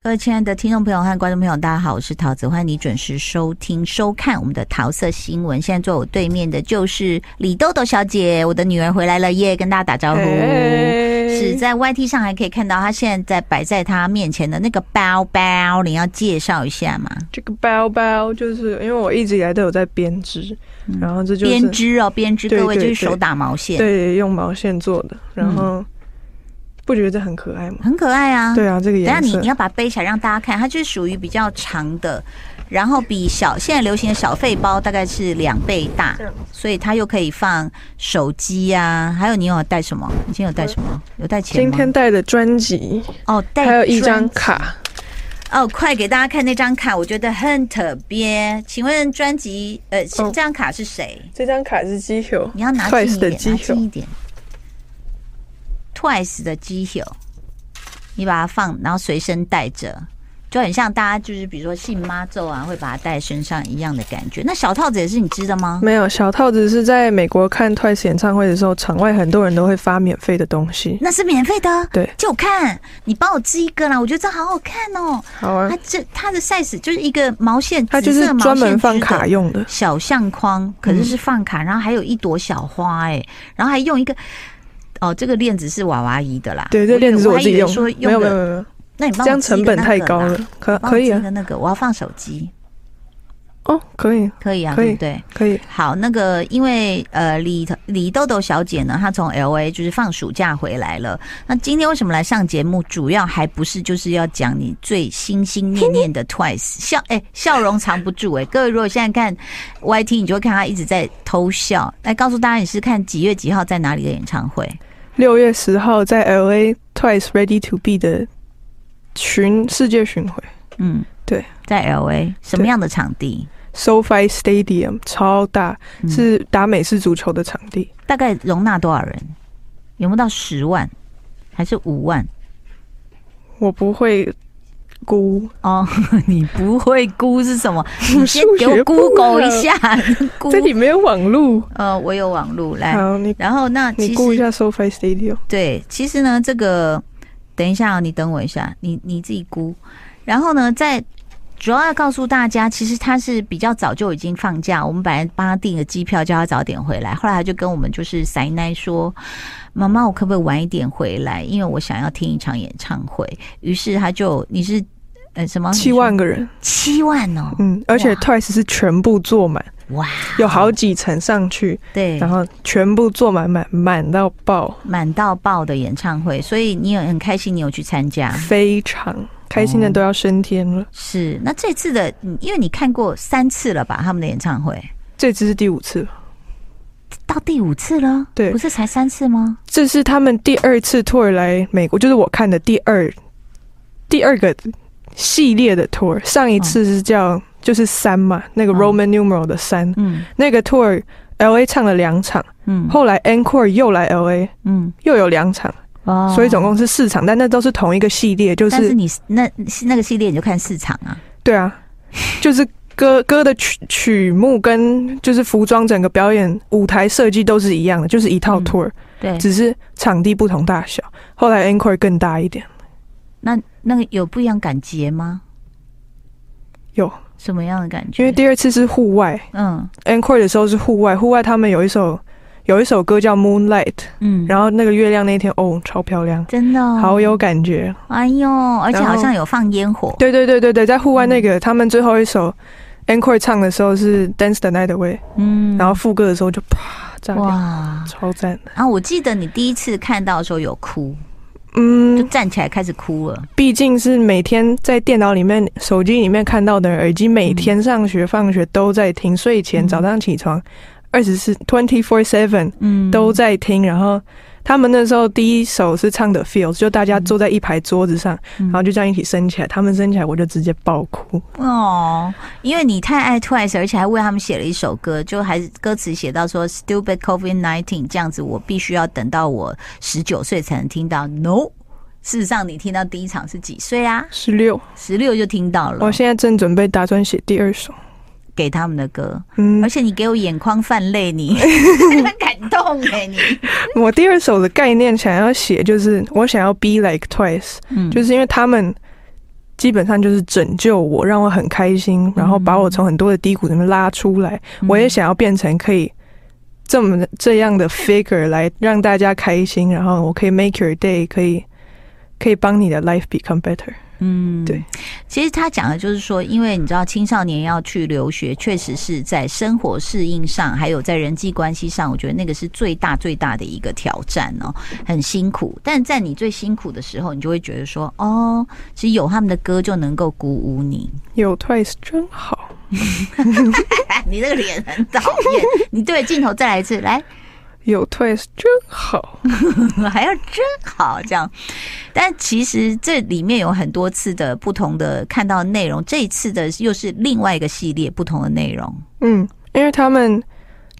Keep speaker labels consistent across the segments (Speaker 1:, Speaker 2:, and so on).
Speaker 1: 各位亲爱的听众朋友和观众朋友，大家好，我是桃子，欢迎你准时收听、收看我们的桃色新闻。现在坐我对面的就是李豆豆小姐，我的女儿回来了耶，跟大家打招呼。
Speaker 2: 哎
Speaker 1: 是在 YT 上还可以看到她现在在摆在她面前的那个包包，你要介绍一下吗？
Speaker 2: 这个包包就是因为我一直以来都有在编织，然后这就是
Speaker 1: 嗯编织哦，编织，
Speaker 2: 对
Speaker 1: 各位就
Speaker 2: 对
Speaker 1: 是
Speaker 2: 对
Speaker 1: 手打毛线，
Speaker 2: 对用毛线做的，
Speaker 1: 嗯
Speaker 2: 然后、不觉得这很可爱吗？
Speaker 1: 很可爱啊。
Speaker 2: 对啊，这个
Speaker 1: 等一下
Speaker 2: 颜
Speaker 1: 你
Speaker 2: 色
Speaker 1: 你要把它背起来让大家看，它就是属于比较长的，然后比小现在流行的小费包大概是两倍大
Speaker 2: 这样，
Speaker 1: 所以它又可以放手机啊。还有你有带什么？你今天有带什么？有带钱
Speaker 2: 嗯今
Speaker 1: 吗？
Speaker 2: 天带的专辑，
Speaker 1: 哦，带
Speaker 2: 还有一张
Speaker 1: 专
Speaker 2: 卡，
Speaker 1: 哦，快给大家看那张卡，我觉得很特别。请问专辑呃，是
Speaker 2: 哦
Speaker 1: 这张卡是谁？
Speaker 2: 这张卡是机球，
Speaker 1: 你要拿近
Speaker 2: Twice
Speaker 1: 一
Speaker 2: 的
Speaker 1: 点，
Speaker 2: 机
Speaker 1: 拿近
Speaker 2: 球
Speaker 1: 一点。Twice 的机油，你把它放，然后随身带着，就很像大家就是比如说信妈咒啊，会把它带在身上一样的感觉。那小套子也是你织的吗？
Speaker 2: 没有小套子是在美国看 Twice 演唱会的时候，场外很多人都会发免费的东西。
Speaker 1: 那是免费的，
Speaker 2: 对，
Speaker 1: 就看你帮我织一个啦，我觉得这好好看哦。
Speaker 2: 好啊
Speaker 1: 它，这它的 size 就是一个毛线，
Speaker 2: 它就
Speaker 1: 紫
Speaker 2: 是
Speaker 1: 色毛
Speaker 2: 专门
Speaker 1: 线
Speaker 2: 放
Speaker 1: 织的
Speaker 2: 卡用的。
Speaker 1: 小相框，可
Speaker 2: 嗯
Speaker 1: 是是放卡，然后还有一朵小花、哎，然后还用一个哦，这个链子是娃娃姨的啦，
Speaker 2: 对，这链子是
Speaker 1: 我以
Speaker 2: 我自己
Speaker 1: 为
Speaker 2: 用
Speaker 1: 说，
Speaker 2: 没有
Speaker 1: 用
Speaker 2: 没有
Speaker 1: 的，
Speaker 2: 没有没有，
Speaker 1: 那你帮
Speaker 2: 这
Speaker 1: 我
Speaker 2: 样
Speaker 1: 织一
Speaker 2: 成
Speaker 1: 个
Speaker 2: 本
Speaker 1: 那
Speaker 2: 太
Speaker 1: 个
Speaker 2: 高
Speaker 1: 啦
Speaker 2: 了，，可
Speaker 1: 帮我
Speaker 2: 可以
Speaker 1: 织一
Speaker 2: 啊
Speaker 1: 个，那个我要放手机，
Speaker 2: 哦，可以
Speaker 1: 可以啊，
Speaker 2: 可以
Speaker 1: 对不对？
Speaker 2: 可以，
Speaker 1: 好，那个因为呃李李豆豆小姐呢，她从 L A 就是放暑假回来了。那今天为什么来上节目？主要还不是就是要讲你最心心念念的 Twice 笑，哎、笑容藏不住哎、各位如果现在看 Y T，你就会看她一直在偷笑。来告诉大家你是看几月几号在哪里的演唱会？
Speaker 2: 六月十号在 L A Twice Ready to Be 的巡世界巡回
Speaker 1: 嗯，
Speaker 2: 对，
Speaker 1: 在 L A 什么样的场地？
Speaker 2: ，SoFi Stadium 超大，
Speaker 1: 嗯
Speaker 2: 是打美式足球的场地，
Speaker 1: 大概容纳多少人？有没有到十万？还是五万？
Speaker 2: 我不会估，
Speaker 1: 哦， 你不会估是什么？你先
Speaker 2: 数
Speaker 1: 给
Speaker 2: 学
Speaker 1: 我
Speaker 2: 不好
Speaker 1: Google 一下，估
Speaker 2: 这里没有网路，
Speaker 1: 呃，我有网路来。
Speaker 2: 好，你
Speaker 1: 然后那
Speaker 2: 你
Speaker 1: 其
Speaker 2: 估一
Speaker 1: 实
Speaker 2: 下 SoFi Stadium，
Speaker 1: 对，其实呢，这个等一下、哦，你等我一下，你你自己估。然后呢，在主要要告诉大家，其实他是比较早就已经放假，我们本来帮他订个机票，叫他早点回来。后来他就跟我们就是塞奶说：“妈妈，我可不可以晚一点回来？因为我想要听一场演唱会。”于是他就你是呃什么
Speaker 2: 七万个人，
Speaker 1: 七万哦，
Speaker 2: 嗯，而且
Speaker 1: 哇
Speaker 2: Twice 是全部坐满，
Speaker 1: 哇，
Speaker 2: 有好几层上去，
Speaker 1: 对
Speaker 2: 嗯然，后全部坐满满满到爆，
Speaker 1: 满到爆的演唱会，所以你也很开心，你有去参加。
Speaker 2: 非常开心的都要升天了，
Speaker 1: 是，那这次的，嗯因为你看过三次了吧？他们的演唱会
Speaker 2: 这只是第五次了。
Speaker 1: 到第五次了，
Speaker 2: 对
Speaker 1: 不是才三次吗？
Speaker 2: 这是他们第二次 tour 来美国，就是我看的第二第二个系列的 tour。上一次是叫、就是三嘛，那个
Speaker 1: 嗯
Speaker 2: Roman numeral 的三、
Speaker 1: 嗯
Speaker 2: 那个 tour。L A 唱了两场，
Speaker 1: 嗯
Speaker 2: 后来 Encore 又来 L A
Speaker 1: 嗯，
Speaker 2: 又有两场，
Speaker 1: 哦
Speaker 2: 所以总，共是四场，但那都是同一个系列，就
Speaker 1: 但
Speaker 2: 是
Speaker 1: 是你那那个系列你就看市场啊，
Speaker 2: 对啊，就是歌歌的曲曲目跟就是服装整个表演舞台设计都是一样的，就是一套
Speaker 1: 嗯
Speaker 2: tour，、
Speaker 1: 对，
Speaker 2: 只是场地不同大小。后来 Encore 更大一点，
Speaker 1: 那那个有不一样感觉吗？
Speaker 2: 有
Speaker 1: 什么样的感觉？
Speaker 2: 因为第二次是户外
Speaker 1: 嗯
Speaker 2: encore 的时候是户外，户外他们有一首有一首歌叫 Moonlight，
Speaker 1: 嗯，
Speaker 2: 然后那个月亮那天哦超漂亮，
Speaker 1: 真的、哦、
Speaker 2: 好有，感觉。
Speaker 1: 哎呦，而且
Speaker 2: 然后
Speaker 1: 好像有放烟火，嗯
Speaker 2: 对对对对对，在户外那个他们最后一首 encore 唱的时候是 Dance the Night Away，
Speaker 1: 嗯
Speaker 2: 然后副歌的时候就啪炸掉，
Speaker 1: 哇
Speaker 2: 超赞的。
Speaker 1: 啊！我记得你第一次看到的时候有哭，就
Speaker 2: 嗯，
Speaker 1: 站起来开始哭了。
Speaker 2: 毕竟是每天在电脑里面、手机里面看到的耳机，每天上学、放学都在听，睡前、
Speaker 1: 嗯
Speaker 2: 早上起床，二十四 twenty four seven
Speaker 1: 嗯
Speaker 2: 都在听。然后他们那时候第一首是唱的 Feels，就大家
Speaker 1: 嗯
Speaker 2: 坐在一排桌子上，
Speaker 1: 嗯
Speaker 2: 然后就这样一起升起来，他们升起来我就直接爆哭。
Speaker 1: 哦，因为你太爱 Twice，而且还为他们写了一首歌，就还是歌词写到说 “Stupid COVID nineteen” 这样子，我必须要等到我十九岁才能听到。No，事实上你听到第一场是几岁啊？
Speaker 2: 十六，
Speaker 1: 十六就听到了
Speaker 2: 我，哦现在正准备打算写第二首。
Speaker 1: 给他们的歌，
Speaker 2: 嗯
Speaker 1: 而，且你给我眼眶泛泪，你 很感动哎、你，
Speaker 2: 我第二首的概念想要写就是我想要 be like twice，、
Speaker 1: 嗯
Speaker 2: 就是因为他们基本上就是拯救我，让我很开
Speaker 1: 嗯
Speaker 2: 心，然后把我从很多的低谷里面拉出来。我也想要变成可以这么这样的 figure 来让大家开心，然后我可以 make your day，可以可以帮你的 life become better。
Speaker 1: 嗯，
Speaker 2: 对。
Speaker 1: 其实他讲的就是说，因为你知道青少年要去留学，确实是在生活适应上，还有在人际关系上，我觉得那个是最大最大的一个挑战哦，很辛苦。但在你最辛苦的时候，你就会觉得说，哦，其实有他们的歌就能够鼓舞你。
Speaker 2: 有 twice 真好，
Speaker 1: 你那个脸很讨厌，你对着镜头再来一次，来。
Speaker 2: 有 twice 真好。
Speaker 1: 还要真好这样。但其实这里面有很多次的不同的看到的内容，这一次的又是另外一个系列不同的内容。
Speaker 2: 嗯，因为他们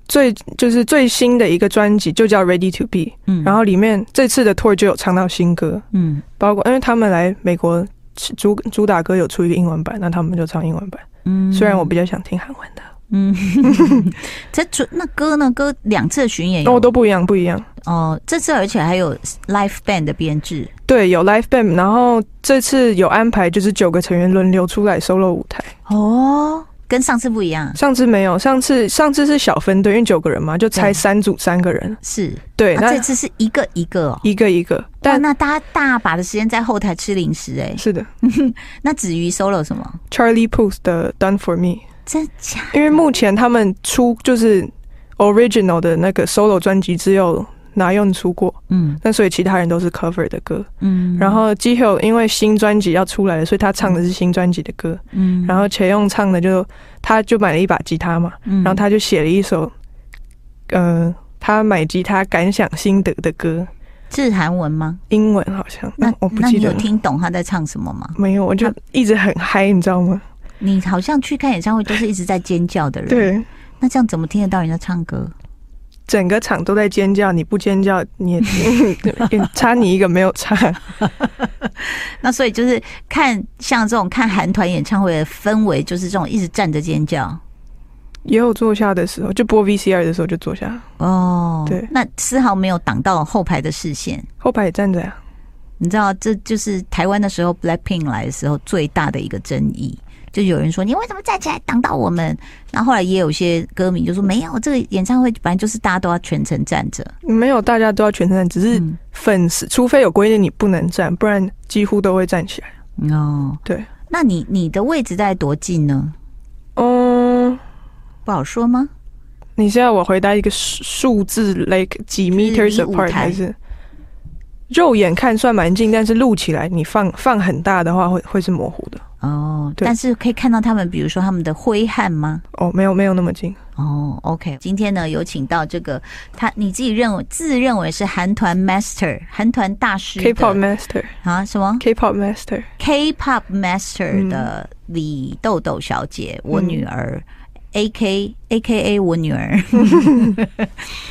Speaker 2: 最就是最新的一个专辑就叫 Ready to Be。
Speaker 1: 嗯
Speaker 2: 然后里面这次的 tour 就有唱到新歌，
Speaker 1: 嗯
Speaker 2: 包括因为他们来美国主主打歌有出一个英文版，那他们就唱英文版。
Speaker 1: 嗯
Speaker 2: 虽然我比较想听韩文的，
Speaker 1: 嗯， 这主那歌呢歌两次的巡演
Speaker 2: 那
Speaker 1: 有
Speaker 2: 我都不一样，不一样。
Speaker 1: 哦，这次而且还有 live band 的编制。
Speaker 2: 对，有 live band，然后这次有安排就是九个成员轮流出来 solo 舞台。
Speaker 1: 哦，跟上次不一样，
Speaker 2: 上次没有，上次上次是小分队，因为九个人嘛，就拆
Speaker 1: 对
Speaker 2: 三组三个人。
Speaker 1: 是。
Speaker 2: 对，
Speaker 1: 嗯啊、
Speaker 2: 那
Speaker 1: 这次是一个一个哦。
Speaker 2: 一个一个，
Speaker 1: 哇，
Speaker 2: 但
Speaker 1: 那大家大把的时间在后台吃零食哎、
Speaker 2: 是的
Speaker 1: 那子瑜 solo 什么？
Speaker 2: ，Charlie Puth 的 Done for Me。
Speaker 1: 真假？
Speaker 2: 因为目前他们出就是 original 的那个 solo 专辑只有拿用出过，
Speaker 1: 嗯
Speaker 2: 那所以其他人都是 cover 的歌。
Speaker 1: 嗯
Speaker 2: 然后 Ji h o 因为新专辑要出来了，所以他唱的是新专辑的歌。
Speaker 1: 嗯
Speaker 2: 然后且用唱的就他就买了一把吉他嘛，
Speaker 1: 然
Speaker 2: 然后他就写了一首，呃，他买吉他感想心得的歌，
Speaker 1: 是韩文吗？
Speaker 2: 英文好像，
Speaker 1: 那
Speaker 2: 嗯我不
Speaker 1: 那
Speaker 2: 记
Speaker 1: 你
Speaker 2: 得
Speaker 1: 有
Speaker 2: 了。
Speaker 1: 听懂他在唱什么吗？
Speaker 2: 没有，我就一直很嗨，你知道吗？
Speaker 1: 你好像去看演唱会都是一直在尖叫的人。，
Speaker 2: 对，
Speaker 1: 那这样怎么听得到人家唱歌？
Speaker 2: 整个场都在尖叫，你不尖叫，你也 也差你一个没有差。
Speaker 1: 那所以就是看像这种看韩团演唱会的氛围，就是这种一直站着尖叫。
Speaker 2: 也有坐下的时候，就播 VCR 的时候就坐下，
Speaker 1: 哦，
Speaker 2: 对
Speaker 1: 那丝毫没有挡到后排的视线。
Speaker 2: 后排也站着啊呀、
Speaker 1: 你知道，这就是台湾的时候 Blackpink 来的时候最大的一个争议，就有人说你为什么站起来挡到我们？然后后来也有些歌迷就说没有，这个演唱会本来就是大家都要全程站着。
Speaker 2: 没有大家都要全身站，只是
Speaker 1: 嗯
Speaker 2: 粉丝，除非有规定你不能站，不然几乎都会站起来。
Speaker 1: 哦，
Speaker 2: 对，
Speaker 1: 那你你的位置在多近呢？
Speaker 2: 嗯，
Speaker 1: 不好说吗？
Speaker 2: 你现在我回答一个数数字，like 几 meters
Speaker 1: 离舞
Speaker 2: apart
Speaker 1: 台
Speaker 2: 还是？肉眼看算蛮近，但是录起来你放放很大的话会会是模糊的。
Speaker 1: 哦，
Speaker 2: 对
Speaker 1: 但是可以看到他们，比如说他们的挥汗吗？
Speaker 2: 哦，没有没有那么近，
Speaker 1: 哦，OK，今天呢有请到这个他你自己认为自认为是韩团 master 韩团大师的
Speaker 2: K-pop master
Speaker 1: 啊什么
Speaker 2: K-pop master，
Speaker 1: K-pop
Speaker 2: 嗯
Speaker 1: master 的李豆豆小姐，我女儿。A K A K A 我女 儿，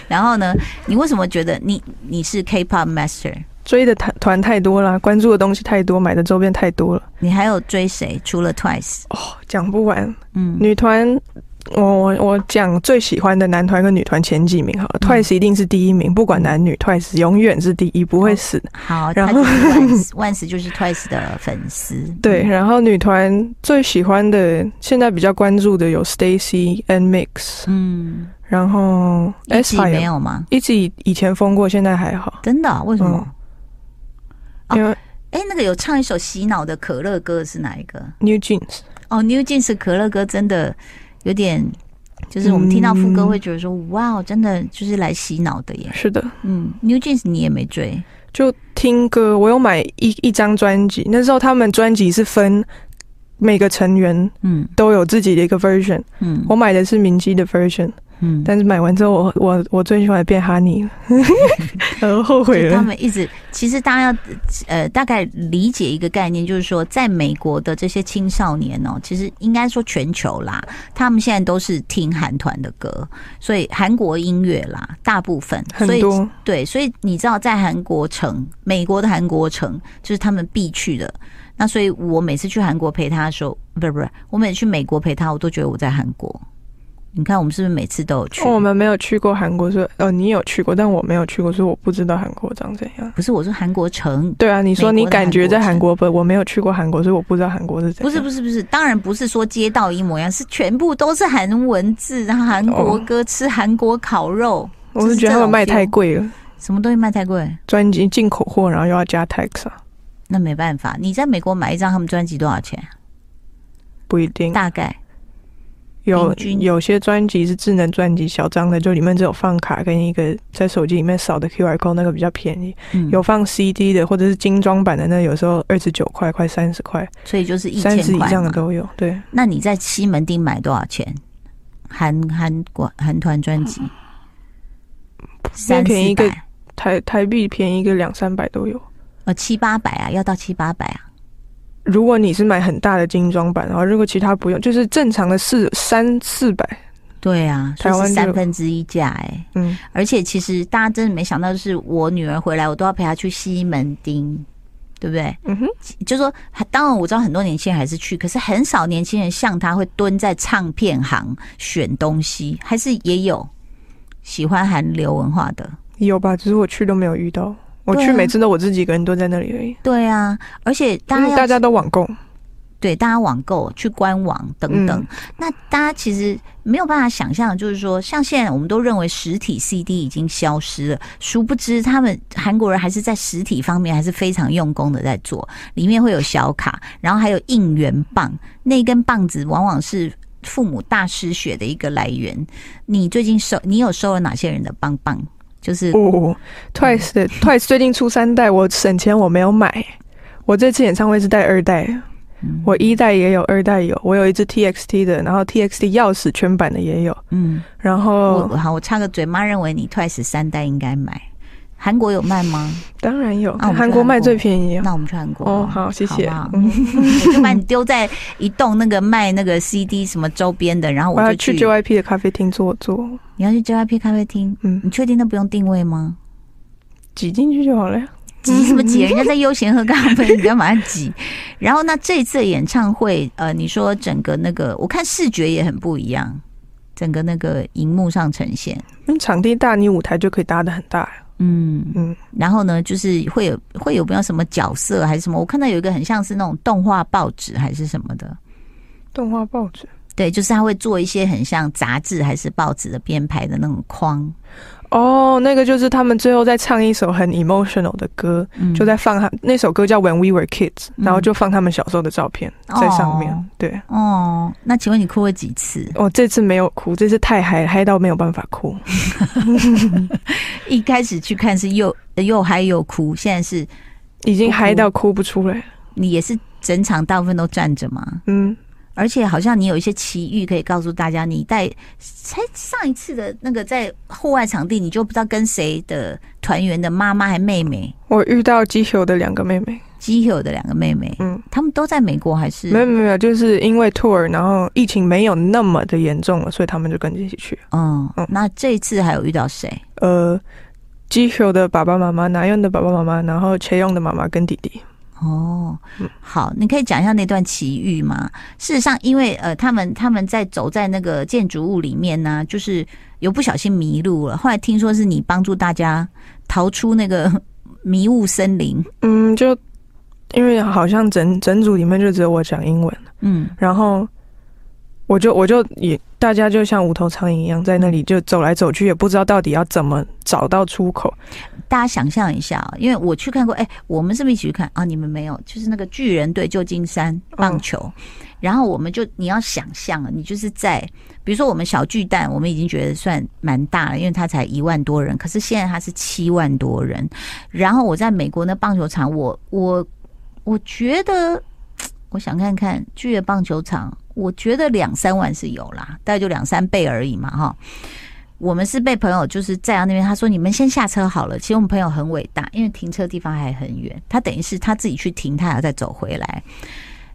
Speaker 1: 然后呢？你为什么觉得你你是 K-pop master？
Speaker 2: 追的团团太多啦，关注的东西太多，买的周边太多了，
Speaker 1: 你还有追谁？除了 Twice，
Speaker 2: 哦讲不完。
Speaker 1: 嗯，
Speaker 2: 女团，我我我讲最喜欢的男团跟女团前几名好了、
Speaker 1: 嗯
Speaker 2: t w i c e 一定是第一名，不管男女，Twice 永远是第一，不
Speaker 1: 哦
Speaker 2: 会死。
Speaker 1: 好，
Speaker 2: 然
Speaker 1: 他就是 Once Once 就是 Twice 的粉丝，
Speaker 2: 对，然后女团最喜欢的，现在比较关注的有 Stacy and Mix，
Speaker 1: 嗯，
Speaker 2: 然后
Speaker 1: 一集
Speaker 2: S
Speaker 1: 没
Speaker 2: i
Speaker 1: 有吗？
Speaker 2: 一直以以前封过，现在还好，嗯
Speaker 1: 真的啊、为什么？啊哦
Speaker 2: 因为
Speaker 1: 哎、那个有唱一首洗脑的可乐歌是哪一个？
Speaker 2: New Jeans
Speaker 1: 哦，New Jeans 可乐歌真的有点，就是我们听到副歌会觉得说，哇，真的就是来洗脑的耶。
Speaker 2: 是的，
Speaker 1: 嗯，New Jeans 你也没追，
Speaker 2: 就听歌，我有买一一张专辑，那时候他们专辑是分每个成员
Speaker 1: 嗯
Speaker 2: 都有自己的一个 version，
Speaker 1: 嗯
Speaker 2: 我买的是明基的 version，
Speaker 1: 嗯，
Speaker 2: 但是买完之后我我我最喜欢变哈 尼了，然后后悔
Speaker 1: 就他
Speaker 2: 了，
Speaker 1: 们一直，其实大家要呃大概理解一个概念，就是说，在美国的这些青少年哦，其实应该说全球啦，他们现在都是听韩团的歌，所以韩国音乐啦，大部分，
Speaker 2: 很
Speaker 1: 所以
Speaker 2: 多
Speaker 1: 对，所以你知道，在韩国城，美国的韩国城就是他们必去的。那所以我每次去韩国陪他的时候，不是不是，我每次去美国陪他，我都觉得我在韩国。你看，我们是不是每次都有去？
Speaker 2: 哦我们没有去过韩国，所以呃你有去过，但我没有去过，所以我不知道韩国长怎样。
Speaker 1: 不是，我说韩国城，
Speaker 2: 对啊，你说
Speaker 1: 美
Speaker 2: 你
Speaker 1: 国的
Speaker 2: 感觉在
Speaker 1: 韩
Speaker 2: 韩国不？我没有去过韩国，所以我不知道韩国是怎样。
Speaker 1: 不是不是不是，当然不是说街道一模一样，是全部都是韩文字，然后韩
Speaker 2: 哦
Speaker 1: 国歌，吃韩国烤肉，
Speaker 2: 我是觉得他们卖太贵了，
Speaker 1: 什么东西卖太贵？
Speaker 2: 专辑进口货，然后又要加 tax 啊，
Speaker 1: 那没办法，你在美国买一张他们专辑多少钱？
Speaker 2: 不一定。
Speaker 1: 大概
Speaker 2: 有
Speaker 1: 平均
Speaker 2: 有些专辑是智能专辑，小张的就里面只有放卡跟一个在手机里面扫的 QR code，那个比较便宜。
Speaker 1: 嗯
Speaker 2: 有，放 CD 的或者是精装版的，那有时候二十九块、快三十块、
Speaker 1: 所以就是一
Speaker 2: 三十
Speaker 1: 千
Speaker 2: 以
Speaker 1: 块
Speaker 2: 上的
Speaker 1: 嘛。
Speaker 2: 都有。对，
Speaker 1: 那你在西门町买多少钱？韩韩国韩团专辑，三
Speaker 2: 便宜
Speaker 1: 四
Speaker 2: 一个
Speaker 1: 百，
Speaker 2: 台台币便宜个两三百都有。
Speaker 1: 呃七八百啊，要到七八百啊。
Speaker 2: 如果你是买很大的精装版，然后如果其他不用，就是正常的四三四百，
Speaker 1: 对啊，
Speaker 2: 台湾
Speaker 1: 所以是
Speaker 2: 就
Speaker 1: 三分之一价哎、
Speaker 2: 嗯，
Speaker 1: 而且其实大家真的没想到，就是我女儿回来，我都要陪她去西门町，对不对？
Speaker 2: 嗯哼，
Speaker 1: 就说当然我知道很多年轻人还是去，可是很少年轻人像她会蹲在唱片行选东西，还是也有喜欢韩流文化的。
Speaker 2: 有吧？只是我去都没有遇到，我
Speaker 1: 对啊
Speaker 2: 去每次都我自己一个人蹲在那里而已。
Speaker 1: 对啊，而且大
Speaker 2: 因
Speaker 1: 家
Speaker 2: 为
Speaker 1: 要
Speaker 2: 大家都网购，
Speaker 1: 对，大家网购去官网等等，
Speaker 2: 嗯
Speaker 1: 那大家其实没有办法想象，就是说，像现在我们都认为实体 CD 已经消失了，殊不知他们韩国人还是在实体方面还是非常用功的在做，里面会有小卡，然后还有应援棒，那根棒子往往是。父母大失血的一个来源，你最近收你有收了哪些人的棒棒？就是嗯
Speaker 2: 哦，Twice 的 Twice 最近出三代，我省钱我没有买。我这次演唱会是带二代，我一代也有，二代有，我有一只 TXT 的，然后 TXT 钥匙圈版的也有，
Speaker 1: 嗯，
Speaker 2: 然
Speaker 1: 我
Speaker 2: 后
Speaker 1: 好，我插个嘴，妈认为你 Twice 三代应该买，韩国有卖吗？
Speaker 2: 当然有，
Speaker 1: 啊我们去
Speaker 2: 韩国卖最便宜啊。
Speaker 1: 那我们去韩国
Speaker 2: 哦，
Speaker 1: 吧
Speaker 2: 好，谢谢
Speaker 1: 好。不好
Speaker 2: 嗯，
Speaker 1: 我就把你丢在一栋那个卖那个 CD 什么周边的，然后
Speaker 2: 我
Speaker 1: 我
Speaker 2: 要
Speaker 1: 就
Speaker 2: 去 JYP 的咖啡厅坐坐，
Speaker 1: 你要去 JYP 咖啡厅，
Speaker 2: 嗯，
Speaker 1: 你确定那不用定位吗？
Speaker 2: 挤进去就好了呀。
Speaker 1: 挤什么 挤？人家在悠闲喝咖啡， 你不要把它挤。然后那这次演唱会，呃，你说整个那个，我看视觉也很不一样，整个那个荧幕上呈现，
Speaker 2: 嗯，场地大，你舞台就可以搭的很大呀。
Speaker 1: 嗯
Speaker 2: 嗯，
Speaker 1: 然后呢，就是会有会有没有什么角色还是什么？我看到有一个很像是那种动画报纸还是什么的，
Speaker 2: 动画报纸
Speaker 1: 对，就是他会做一些很像杂志还是报纸的编排的那种框，
Speaker 2: 哦，那个就是他们最后在唱一首很 emotional 的歌，
Speaker 1: 嗯
Speaker 2: 就在放他那首歌叫《When We Were Kids》，
Speaker 1: 嗯
Speaker 2: 然后就放他们小时候的照片在上面。
Speaker 1: 哦
Speaker 2: 对，
Speaker 1: 哦。那请问你哭了几次？
Speaker 2: 我这次没有哭，这次太嗨嗨到没有办法哭。
Speaker 1: 一开始去看是又呃又嗨又哭，现在是
Speaker 2: 已经
Speaker 1: 不哭
Speaker 2: 嗨到哭不出来。
Speaker 1: 你也是整场大部分都站着嘛？
Speaker 2: 嗯，
Speaker 1: 而且好像你有一些奇遇可以告诉大家，你在才上一次的那个在户外场地，你就不知道跟谁的团员的妈妈还妹妹。
Speaker 2: 我遇到基友的两个妹妹，
Speaker 1: 基友的两个妹妹，
Speaker 2: 嗯，
Speaker 1: 她们都在美国还是？
Speaker 2: 没有没有没有，就是因为 tour，然后疫情没有那么的严重了，所以他们就跟着一起去。
Speaker 1: 嗯
Speaker 2: 嗯，
Speaker 1: 那这次还有遇到谁？
Speaker 2: 呃，基友的爸爸妈妈、南用的爸爸妈妈，然后切用的妈妈跟弟弟。
Speaker 1: 哦，好，你可以讲一下那段奇遇吗？事实上，因为呃，他们他们在走在那个建筑物里面呢、就是有不小心迷路了。后来听说是你帮助大家逃出那个迷雾森林。
Speaker 2: 嗯，就因为好像整整组里面就只有我讲英文。
Speaker 1: 嗯
Speaker 2: 然后我就我就也大家就像无头苍蝇一样在那里就走来走去，也不知道到底要怎么找到出口。
Speaker 1: 大家想象一下啊，因为我去看过，哎、我们是不是一起去看啊？你们没有，就是那个巨人队旧金山棒球，然后我们就你要想象啊，你就是在比如说我们小巨蛋，我们已经觉得算蛮大了，因为它才一万多人，可是现在它是七万多人。然后我在美国那棒球场，我我我觉得，我想看看巨人棒球场，我觉得两三万是有啦，大概就两三倍而已嘛，哈。我们是被朋友就是载到那边，他说你们先下车好了。其实我们朋友很伟大，因为停车地方还很远，他等于是他自己去停，他还要再走回来。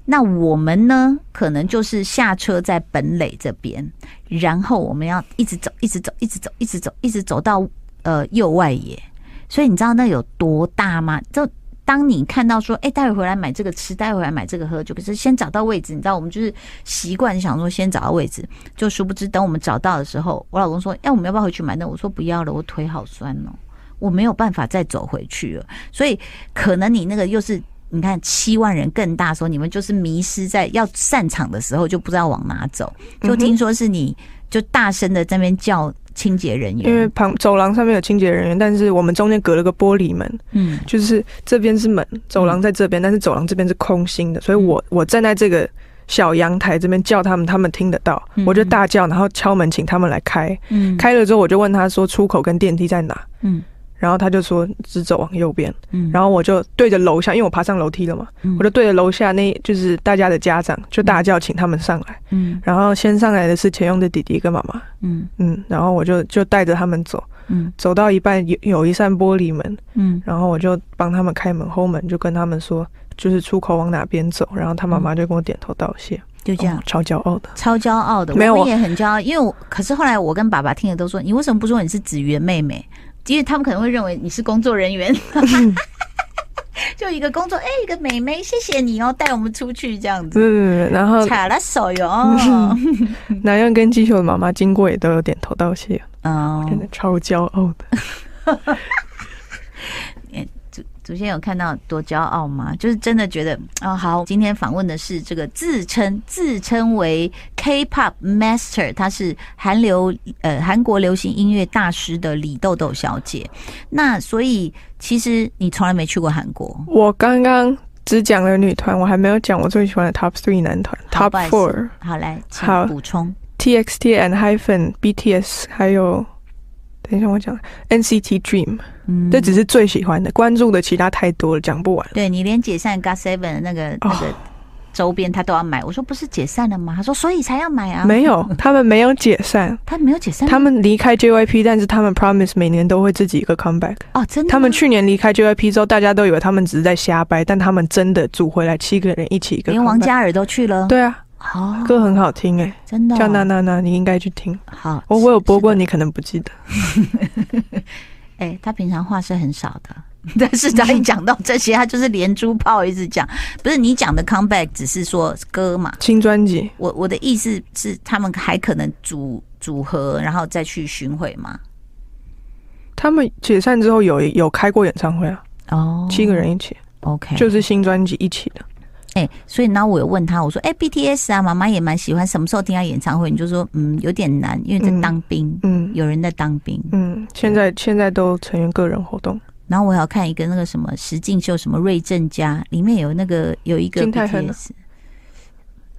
Speaker 1: 那我们呢，可能就是下车在本垒这边，然后我们要一直走，一直走，一直走，一直走，一直走到呃右外野。所以你知道那有多大吗？就当你看到说，哎、待会回来买这个吃，待会回来买这个喝，就可是先找到位置。你知道我们就是习惯想说先找到位置，就殊不知等我们找到的时候，我老公说：“哎、我们要不要回去买那个？”我说：“不要了，我腿好酸哦，我没有办法再走回去了。”所以可能你那个又是你看七万人更大的时候，你们就是迷失在要散场的时候就不知道往哪走，
Speaker 2: 嗯
Speaker 1: 就听说是你就大声的在那边叫清洁人员，
Speaker 2: 因为旁走廊上面有清洁人员，但是我们中间隔了个玻璃门，
Speaker 1: 嗯
Speaker 2: 就是这边是门，走廊在这边，但是走廊这边是空心的，所以
Speaker 1: 嗯
Speaker 2: 我我站在这个小阳台这边叫他们，他们听得到，
Speaker 1: 嗯
Speaker 2: 我就大叫，然后敲门请他们来开。
Speaker 1: 嗯
Speaker 2: 开了之后，我就问他说出口跟电梯在哪，
Speaker 1: 嗯
Speaker 2: 然后他就说只走往右边，
Speaker 1: 嗯
Speaker 2: 然后我就对着楼下，因为我爬上楼梯了嘛，
Speaker 1: 嗯
Speaker 2: 我就对着楼下那就是大家的家长就大叫请他们上来，
Speaker 1: 嗯
Speaker 2: 然后先上来的是钱用的弟弟跟妈妈，
Speaker 1: 嗯
Speaker 2: 嗯，然后我就就带着他们走，
Speaker 1: 嗯
Speaker 2: 走到一半有有一扇玻璃门，
Speaker 1: 嗯
Speaker 2: 然后我就帮他们开门后门，就跟他们说就是出口往哪边走，然后他妈妈就跟我点头道谢，
Speaker 1: 就这样。
Speaker 2: 哦超骄傲的。
Speaker 1: 超骄傲的，
Speaker 2: 没有
Speaker 1: 我
Speaker 2: 我
Speaker 1: 们也很骄傲，因为我可是后来我跟爸爸听了都说，你为什么不说你是子媛妹妹？因为他们可能会认为你是工作人员， 就一个工作，哎、一个妹妹，谢谢你哦，带我们出去这样子，
Speaker 2: 嗯，然后
Speaker 1: 卡拉手哟，
Speaker 2: 南洋跟鸡球的妈妈经过也都有点头道谢，真
Speaker 1: 嗯，
Speaker 2: 的超骄傲的。
Speaker 1: 祖先有看到多骄傲吗？就是真的觉得啊、好，今天访问的是这个自称自称为 K-pop Master，她是韩流呃韩国流行音乐大师的李豆豆小姐。那所以其实你从来没去过韩国，
Speaker 2: 我刚刚只讲了女团，我还没有讲我最喜欢的 Top Three 男团
Speaker 1: 好
Speaker 2: Top
Speaker 1: 不好意思
Speaker 2: Four
Speaker 1: 好来，请
Speaker 2: 好
Speaker 1: 补充。
Speaker 2: TXT and Hyphen BTS，还有等一下我讲 NCT Dream，、
Speaker 1: 嗯，
Speaker 2: 这只是最喜欢的，关注的其他太多了，讲不完。
Speaker 1: 对你连解散 g o t Seven 的那
Speaker 2: 哦
Speaker 1: 个那个周边他都要买，我说不是解散了吗？他说所以才要买啊，嗯
Speaker 2: 没有，他们没有解散，
Speaker 1: 他没有解散吗，
Speaker 2: 他们离开 JYP，但是他们 Promise 每年都会自己一个 comeback。
Speaker 1: 哦真的吗，
Speaker 2: 他们去年离开 JYP 之后，大家都以为他们只是在瞎掰，但他们真的组回来七个人一起一个 comeback。
Speaker 1: 连王嘉尔都去了，
Speaker 2: 对啊，
Speaker 1: 哦，
Speaker 2: 歌很好听哎、
Speaker 1: 真的哦
Speaker 2: 叫娜娜娜，你应该去听。
Speaker 1: 好，
Speaker 2: 哦我我有播过，
Speaker 1: 是的。
Speaker 2: 你可能不记得。
Speaker 1: 哎、他平常话是很少的，但是他一讲到这些，他就是连珠炮一直讲。不是你讲的 comeback，只是说歌嘛。
Speaker 2: 新专辑
Speaker 1: 我我的意思是，他们还可能组组合，然后再去巡回嘛。
Speaker 2: 他们解散之后有有开过演唱会啊，
Speaker 1: 哦哎
Speaker 2: 七个人一起，
Speaker 1: ，OK，
Speaker 2: 就是新专辑一起的。
Speaker 1: 哎、所以呢，我有问他，我说，哎、b t s 啊，妈妈也蛮喜欢，什么时候听他演唱会？你就说，嗯，有点难，因为在当兵，
Speaker 2: 嗯
Speaker 1: 有人在当兵。
Speaker 2: 嗯，现在现在都成员个人活动。
Speaker 1: 然后我还要看一个那个什么石敬秀什么瑞正家，里面有那个有一个
Speaker 2: 金泰亨啊
Speaker 1: BTS，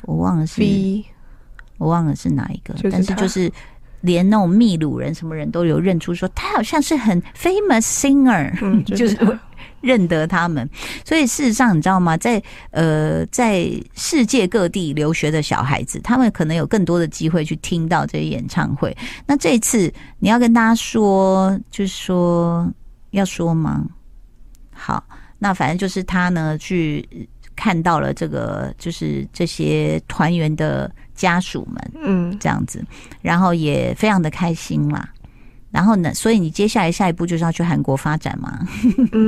Speaker 1: 我忘了是
Speaker 2: V
Speaker 1: 我忘了是哪一个，
Speaker 2: 就是
Speaker 1: 但是
Speaker 2: 他
Speaker 1: 就是连那种秘鲁人什么人都有认出说他好像是很 famous singer，
Speaker 2: 嗯，
Speaker 1: 就是
Speaker 2: 他
Speaker 1: 会认得他们。所以事实上，你知道吗？在呃，在世界各地留学的小孩子，他们可能有更多的机会去听到这些演唱会。那这一次你要跟大家说，就是说要说吗？好，那反正就是他呢去看到了这个，就是这些团员的家属们。
Speaker 2: 嗯，
Speaker 1: 这样子，然后也非常的开心啦。然后呢，所以你接下来下一步就是要去韩国发展嘛，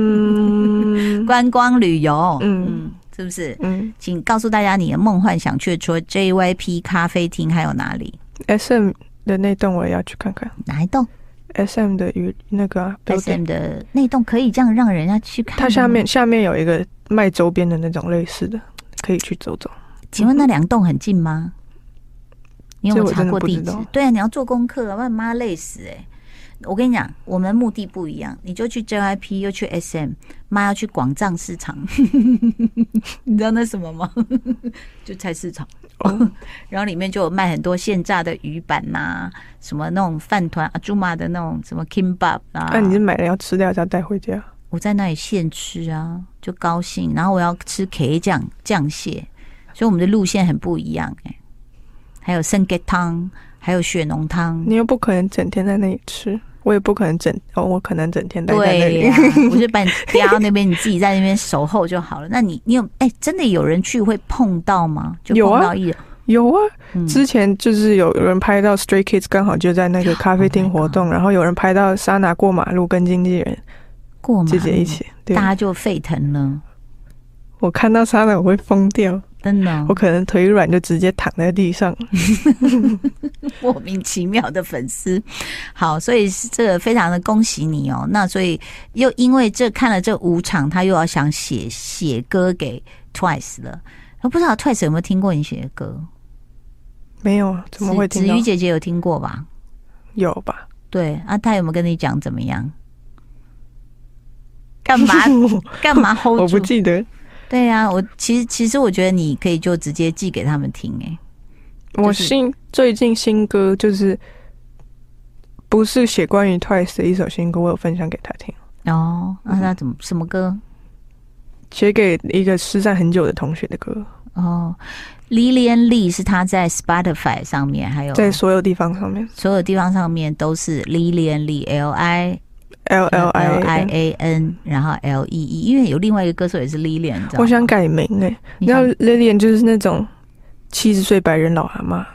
Speaker 2: 嗯
Speaker 1: 观光旅游，
Speaker 2: 嗯
Speaker 1: 嗯，是不是？
Speaker 2: 嗯
Speaker 1: 请告诉大家你的梦幻想去除了 JYP 咖啡厅还有哪里？
Speaker 2: ，SM 的那栋我也要去看看
Speaker 1: 哪一栋
Speaker 2: ，SM 的与那个啊 building，
Speaker 1: SM 的那栋可以这样让人家去看？
Speaker 2: 它下面，下面有一个卖周边的那种类似的，可以去走走。
Speaker 1: 请问那两栋很近吗？因为
Speaker 2: 嗯这
Speaker 1: 我
Speaker 2: 我
Speaker 1: 查
Speaker 2: 真的
Speaker 1: 过
Speaker 2: 不
Speaker 1: 地
Speaker 2: 知
Speaker 1: 址
Speaker 2: 道。
Speaker 1: 对啊，你要做功课啊，不然妈累死哎、我跟你讲，我们目的不一样，你就去 JYP，又去 SM，妈要去广藏市场， 你知道那什么吗？ 就菜市场，
Speaker 2: 哦
Speaker 1: 然后里面就有卖很多现炸的鱼板呐、什么那种饭团阿朱玛的那种什么 kimbap 啊。
Speaker 2: 哎那、你是买了要吃掉，再带回家？
Speaker 1: 我在那里现吃啊，就高兴。然后我要吃 K 酱酱蟹，所以我们的路线很不一样哎、还有生鸡汤，还有血浓汤。
Speaker 2: 你又不可能整天在那里吃，我也不可能整哦，我可能整天待在那
Speaker 1: 对
Speaker 2: 里。
Speaker 1: 呀、我就把你调到那边，你自己在那边守候就好了。那你你有哎、真的有人去会碰到吗？就
Speaker 2: 有啊
Speaker 1: 碰到艺人，
Speaker 2: 有啊，
Speaker 1: 嗯
Speaker 2: 之前就是有人拍到 Stray Kids 刚好就在那
Speaker 1: 嗯
Speaker 2: 个咖啡厅活动然后有人拍到莎娜过马路跟经纪人
Speaker 1: 过马
Speaker 2: 姐姐一
Speaker 1: 路，
Speaker 2: 起。
Speaker 1: 嗯
Speaker 2: 对
Speaker 1: 大，家就沸腾了，
Speaker 2: 我看到莎娜我会疯掉，
Speaker 1: 真的哦
Speaker 2: 我可能腿软就直接躺在地上。
Speaker 1: 莫名其妙的粉丝。好，所以是这个非常的恭喜你哦。那所以又因为这看了这五场，他又要想写写歌给 Twice 了。我不知道 Twice 有没有听过你写的歌？
Speaker 2: 没有啊，怎么会
Speaker 1: 子
Speaker 2: 听
Speaker 1: 瑜
Speaker 2: 到？
Speaker 1: 姐姐有听过吧？
Speaker 2: 有吧？
Speaker 1: 对啊，他有没有跟你讲怎么样？干 嘛干嘛 hold 住？
Speaker 2: 我不记得，
Speaker 1: 对啊，我其实其实我觉得你可以就直接寄给他们听哎、
Speaker 2: 我新最近新歌就是不是写关于 Twice 的一首新歌，我有分享给他听，
Speaker 1: 哦，那他怎么什么歌？
Speaker 2: 写给一个失散很久的同学的歌，
Speaker 1: 哦，黎莲丽是他在 Spotify 上面，还有
Speaker 2: 在所有地方上面
Speaker 1: 所有地方上面都是黎莲丽 L I
Speaker 2: ，L
Speaker 1: L
Speaker 2: L
Speaker 1: I
Speaker 2: I。
Speaker 1: A N，然后 L E E，因为有另外一个歌手也是 Lilian，你知道吗
Speaker 2: 我想改名哎、欸，
Speaker 1: 你
Speaker 2: 然
Speaker 1: 想
Speaker 2: 后 Lilian 就是那种七十岁白人老阿妈，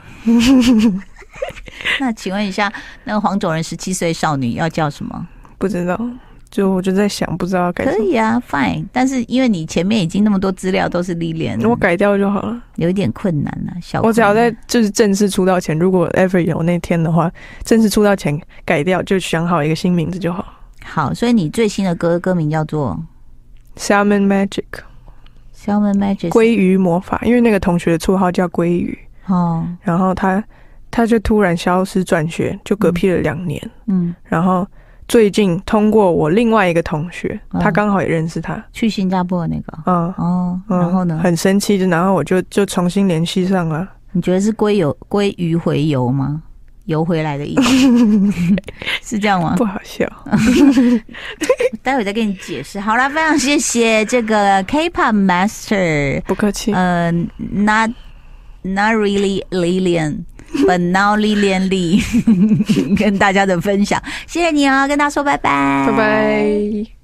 Speaker 1: 那请问一下，那个黄种人十七岁少女要叫什么？
Speaker 2: 不知道，就我就在想，不知道要改
Speaker 1: 可
Speaker 2: 什么，
Speaker 1: 以啊，fine，但是因为你前面已经那么多资料都是 Lilian，
Speaker 2: 我改掉就好了。
Speaker 1: 有一点困难啊，小
Speaker 2: 我只要
Speaker 1: 困难
Speaker 2: 在就是正式出道前，如果 ever 有那天的话，正式出道前改掉，就想好一个新名字就好。
Speaker 1: 好，所以你最新的歌歌名叫做
Speaker 2: Salmon Magic
Speaker 1: 《Salmon Magic》
Speaker 2: 鲑鱼魔法，因为那个同学的绰号叫鲑鱼，
Speaker 1: 哦，
Speaker 2: 然后他他就突然消失转学，就嗝屁了两年。
Speaker 1: 嗯，
Speaker 2: 然后最近通过我另外一个同学，
Speaker 1: 嗯
Speaker 2: 他刚好也认识他，
Speaker 1: 去新加坡的那个
Speaker 2: 嗯。
Speaker 1: 哦，
Speaker 2: 嗯
Speaker 1: 然后呢？嗯
Speaker 2: 很生气，就然后我就就重新联系上了。
Speaker 1: 你觉得是龟游龟鱼回游吗？游回来的意思 是这样吗
Speaker 2: 不？好笑，
Speaker 1: 待会再跟你解释。好啦，非常谢谢这个 K-pop Master，
Speaker 2: 不客气。
Speaker 1: 呃，Not Not Really Lilian。本 now 莉恋 丽跟大家的分享，谢谢你哦，跟大家说拜拜，
Speaker 2: 拜拜。